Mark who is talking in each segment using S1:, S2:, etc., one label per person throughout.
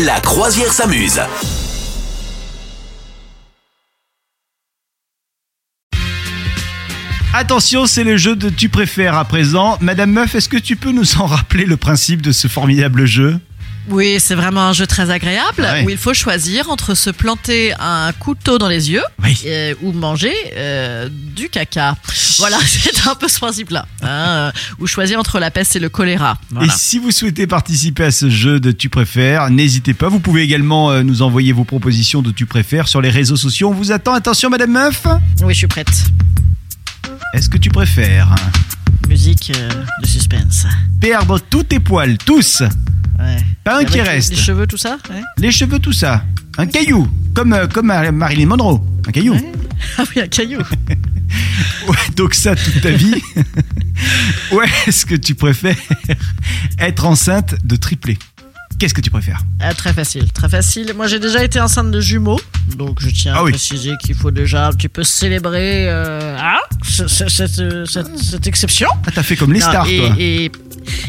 S1: La croisière s'amuse.
S2: Attention, c'est le jeu de tu préfères à présent. Madame Meuf, est-ce que tu peux nous en rappeler le principe de ce formidable jeu
S3: Oui, c'est vraiment un jeu très agréable
S2: Ah ouais.
S3: où il faut choisir entre se planter un couteau dans les yeux
S2: Oui.
S3: euh, ou manger euh, du caca. Voilà, c'est un peu ce principe-là. hein, euh, ou choisir entre la peste et le choléra. Voilà.
S2: Et si vous souhaitez participer à ce jeu de tu préfères, n'hésitez pas. Vous pouvez également euh, nous envoyer vos propositions de tu préfères sur les réseaux sociaux. On vous attend. Attention, Madame Meuf.
S3: Oui, je suis prête.
S2: Est-ce que tu préfères
S3: Musique euh, de suspense.
S2: perdre tous tes poils, tous,
S3: Ouais.
S2: pas un
S3: Avec
S2: qui
S3: les-
S2: reste,
S3: Les cheveux, tout ça ouais.
S2: les cheveux, tout ça, un caillou, comme euh, comme euh, Marilyn Monroe, un caillou.
S3: Ouais. Ah oui, un caillou.
S2: Ouais, donc ça toute ta vie. ouais, est-ce que tu préfères être enceinte de triplé Qu'est-ce que tu préfères
S3: Ah, très facile, très facile. Moi, j'ai déjà été enceinte de jumeaux, donc je tiens à
S2: Ah oui.
S3: préciser qu'il faut déjà un petit peu célébrer euh, hein, ce- ce- cette, euh, cette- cette exception.
S2: Ah, t'as fait comme les
S3: Non,
S2: stars,
S3: et,
S2: toi.
S3: et-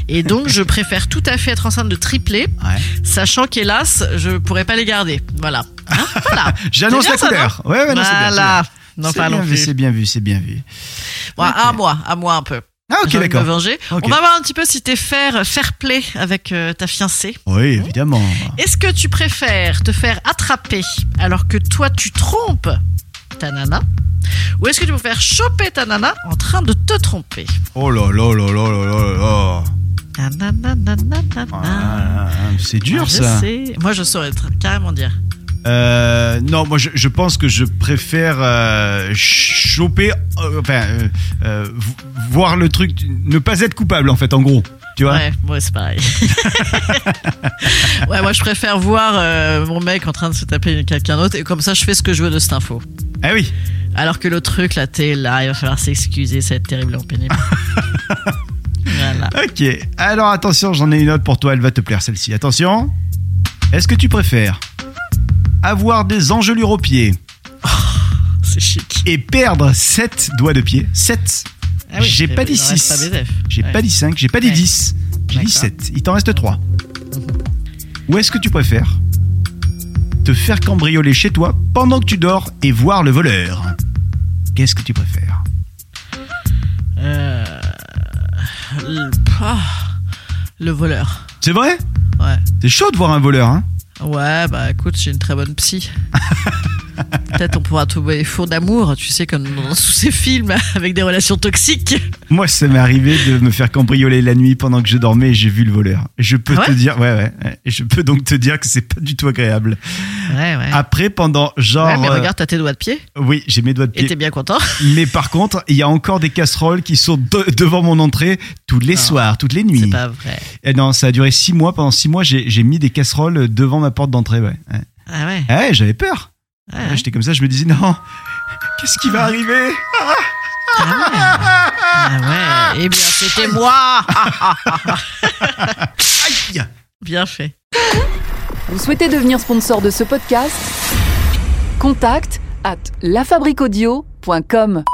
S3: et donc, je préfère tout à fait être enceinte de triplé,
S2: Ouais.
S3: sachant qu'hélas, je pourrais pas les garder. Voilà. Hein, voilà.
S2: J'annonce
S3: C'est
S2: la
S3: bien ça,
S2: couleur. ouais, ouais, non, c'est bien, c'est bien.
S3: voilà. Non,
S2: C'est
S3: pas
S2: bien
S3: non
S2: vu,
S3: plus.
S2: C'est bien vu, c'est bien vu.
S3: Moi, À moi, à moi un peu.
S2: Ah, ok,
S3: J'ai envie de me
S2: d'accord.
S3: venger.
S2: Ok.
S3: On va voir un petit peu si t'es fair, fair play avec euh, ta fiancée.
S2: Oui, évidemment.
S3: Est-ce que tu préfères te faire attraper alors que toi tu trompes ta nana Ou est-ce que tu préfères choper ta nana en train de te tromper
S2: Oh là là là là là là là.
S3: Nanana, nanana.
S2: Ah, ah, ah, C'est dur,
S3: Moi, je
S2: ça.
S3: sais. Moi je saurais très- carrément dire.
S2: Euh, non, moi je, je pense que je préfère euh, choper, euh, enfin, euh, euh, vo- voir le truc, ne pas être coupable en fait, en gros. Tu vois
S3: Ouais, moi c'est pareil. ouais, moi je préfère voir euh, mon mec en train de se taper quelqu'un d'autre et comme ça je fais ce que je veux de cette info.
S2: Ah oui.
S3: Alors que le truc là, t'es là, il va falloir s'excuser, ça va être terriblement pénible. voilà.
S2: Ok. Alors attention, j'en ai une autre pour toi, elle va te plaire celle-ci. Attention. Est-ce que tu préfères avoir des engelures aux pieds
S3: C'est chic.
S2: et perdre 7 doigts de pied 7
S3: Ah oui,
S2: J'ai
S3: c'est-
S2: pas dit
S3: il en reste
S2: six.
S3: pas baiser.
S2: J'ai
S3: Ouais.
S2: pas dit 5, j'ai pas dit
S3: Ouais.
S2: 10, j'ai dit
S3: D'accord. Mhm.
S2: 7. Il t'en reste 3. Ou est-ce que tu préfères te faire cambrioler chez toi pendant que tu dors et voir le voleur Qu'est-ce que tu préfères
S3: Euh, le, ah, le voleur.
S2: C'est vrai
S3: Ouais.
S2: C'est chaud de voir un voleur, hein
S3: Ouais, bah écoute, j'ai une très bonne psy. Peut-être on pourra trouver des fours d'amour, tu sais, comme dans tous ces films avec des relations toxiques.
S2: Moi, ça m'est arrivé de me faire cambrioler la nuit pendant que je dormais et j'ai vu le voleur. Je peux
S3: Ah ouais
S2: te dire, ouais, ouais, ouais. Et Je peux donc te dire que c'est pas du tout agréable.
S3: Ouais, ouais.
S2: Après, pendant genre,
S3: ouais, mais
S2: euh,
S3: regarde, t'as tes doigts de pied
S2: oui, j'ai mes doigts de
S3: et
S2: pied.
S3: t'es bien content.
S2: Mais par contre, il y a encore des casseroles qui sont de- devant mon entrée tous les
S3: Non.
S2: soirs, toutes les
S3: Ah. C'est
S2: nuits.
S3: pas vrai.
S2: Et non, ça a duré six mois. Pendant six mois, j'ai j'ai mis des casseroles devant ma porte d'entrée. Ouais, ouais.
S3: Ah ouais.
S2: Ah ouais, j'avais peur.
S3: ouais,
S2: Ouais,
S3: Ah ouais.
S2: J'étais comme ça, je me disais non. Qu'est-ce qui va arriver
S3: Ah ouais. Ah ouais. Eh bien, c'était moi.
S2: Aïe
S3: bien fait.
S4: Vous souhaitez devenir sponsor de ce podcast Contact à lafabriquaudio.com.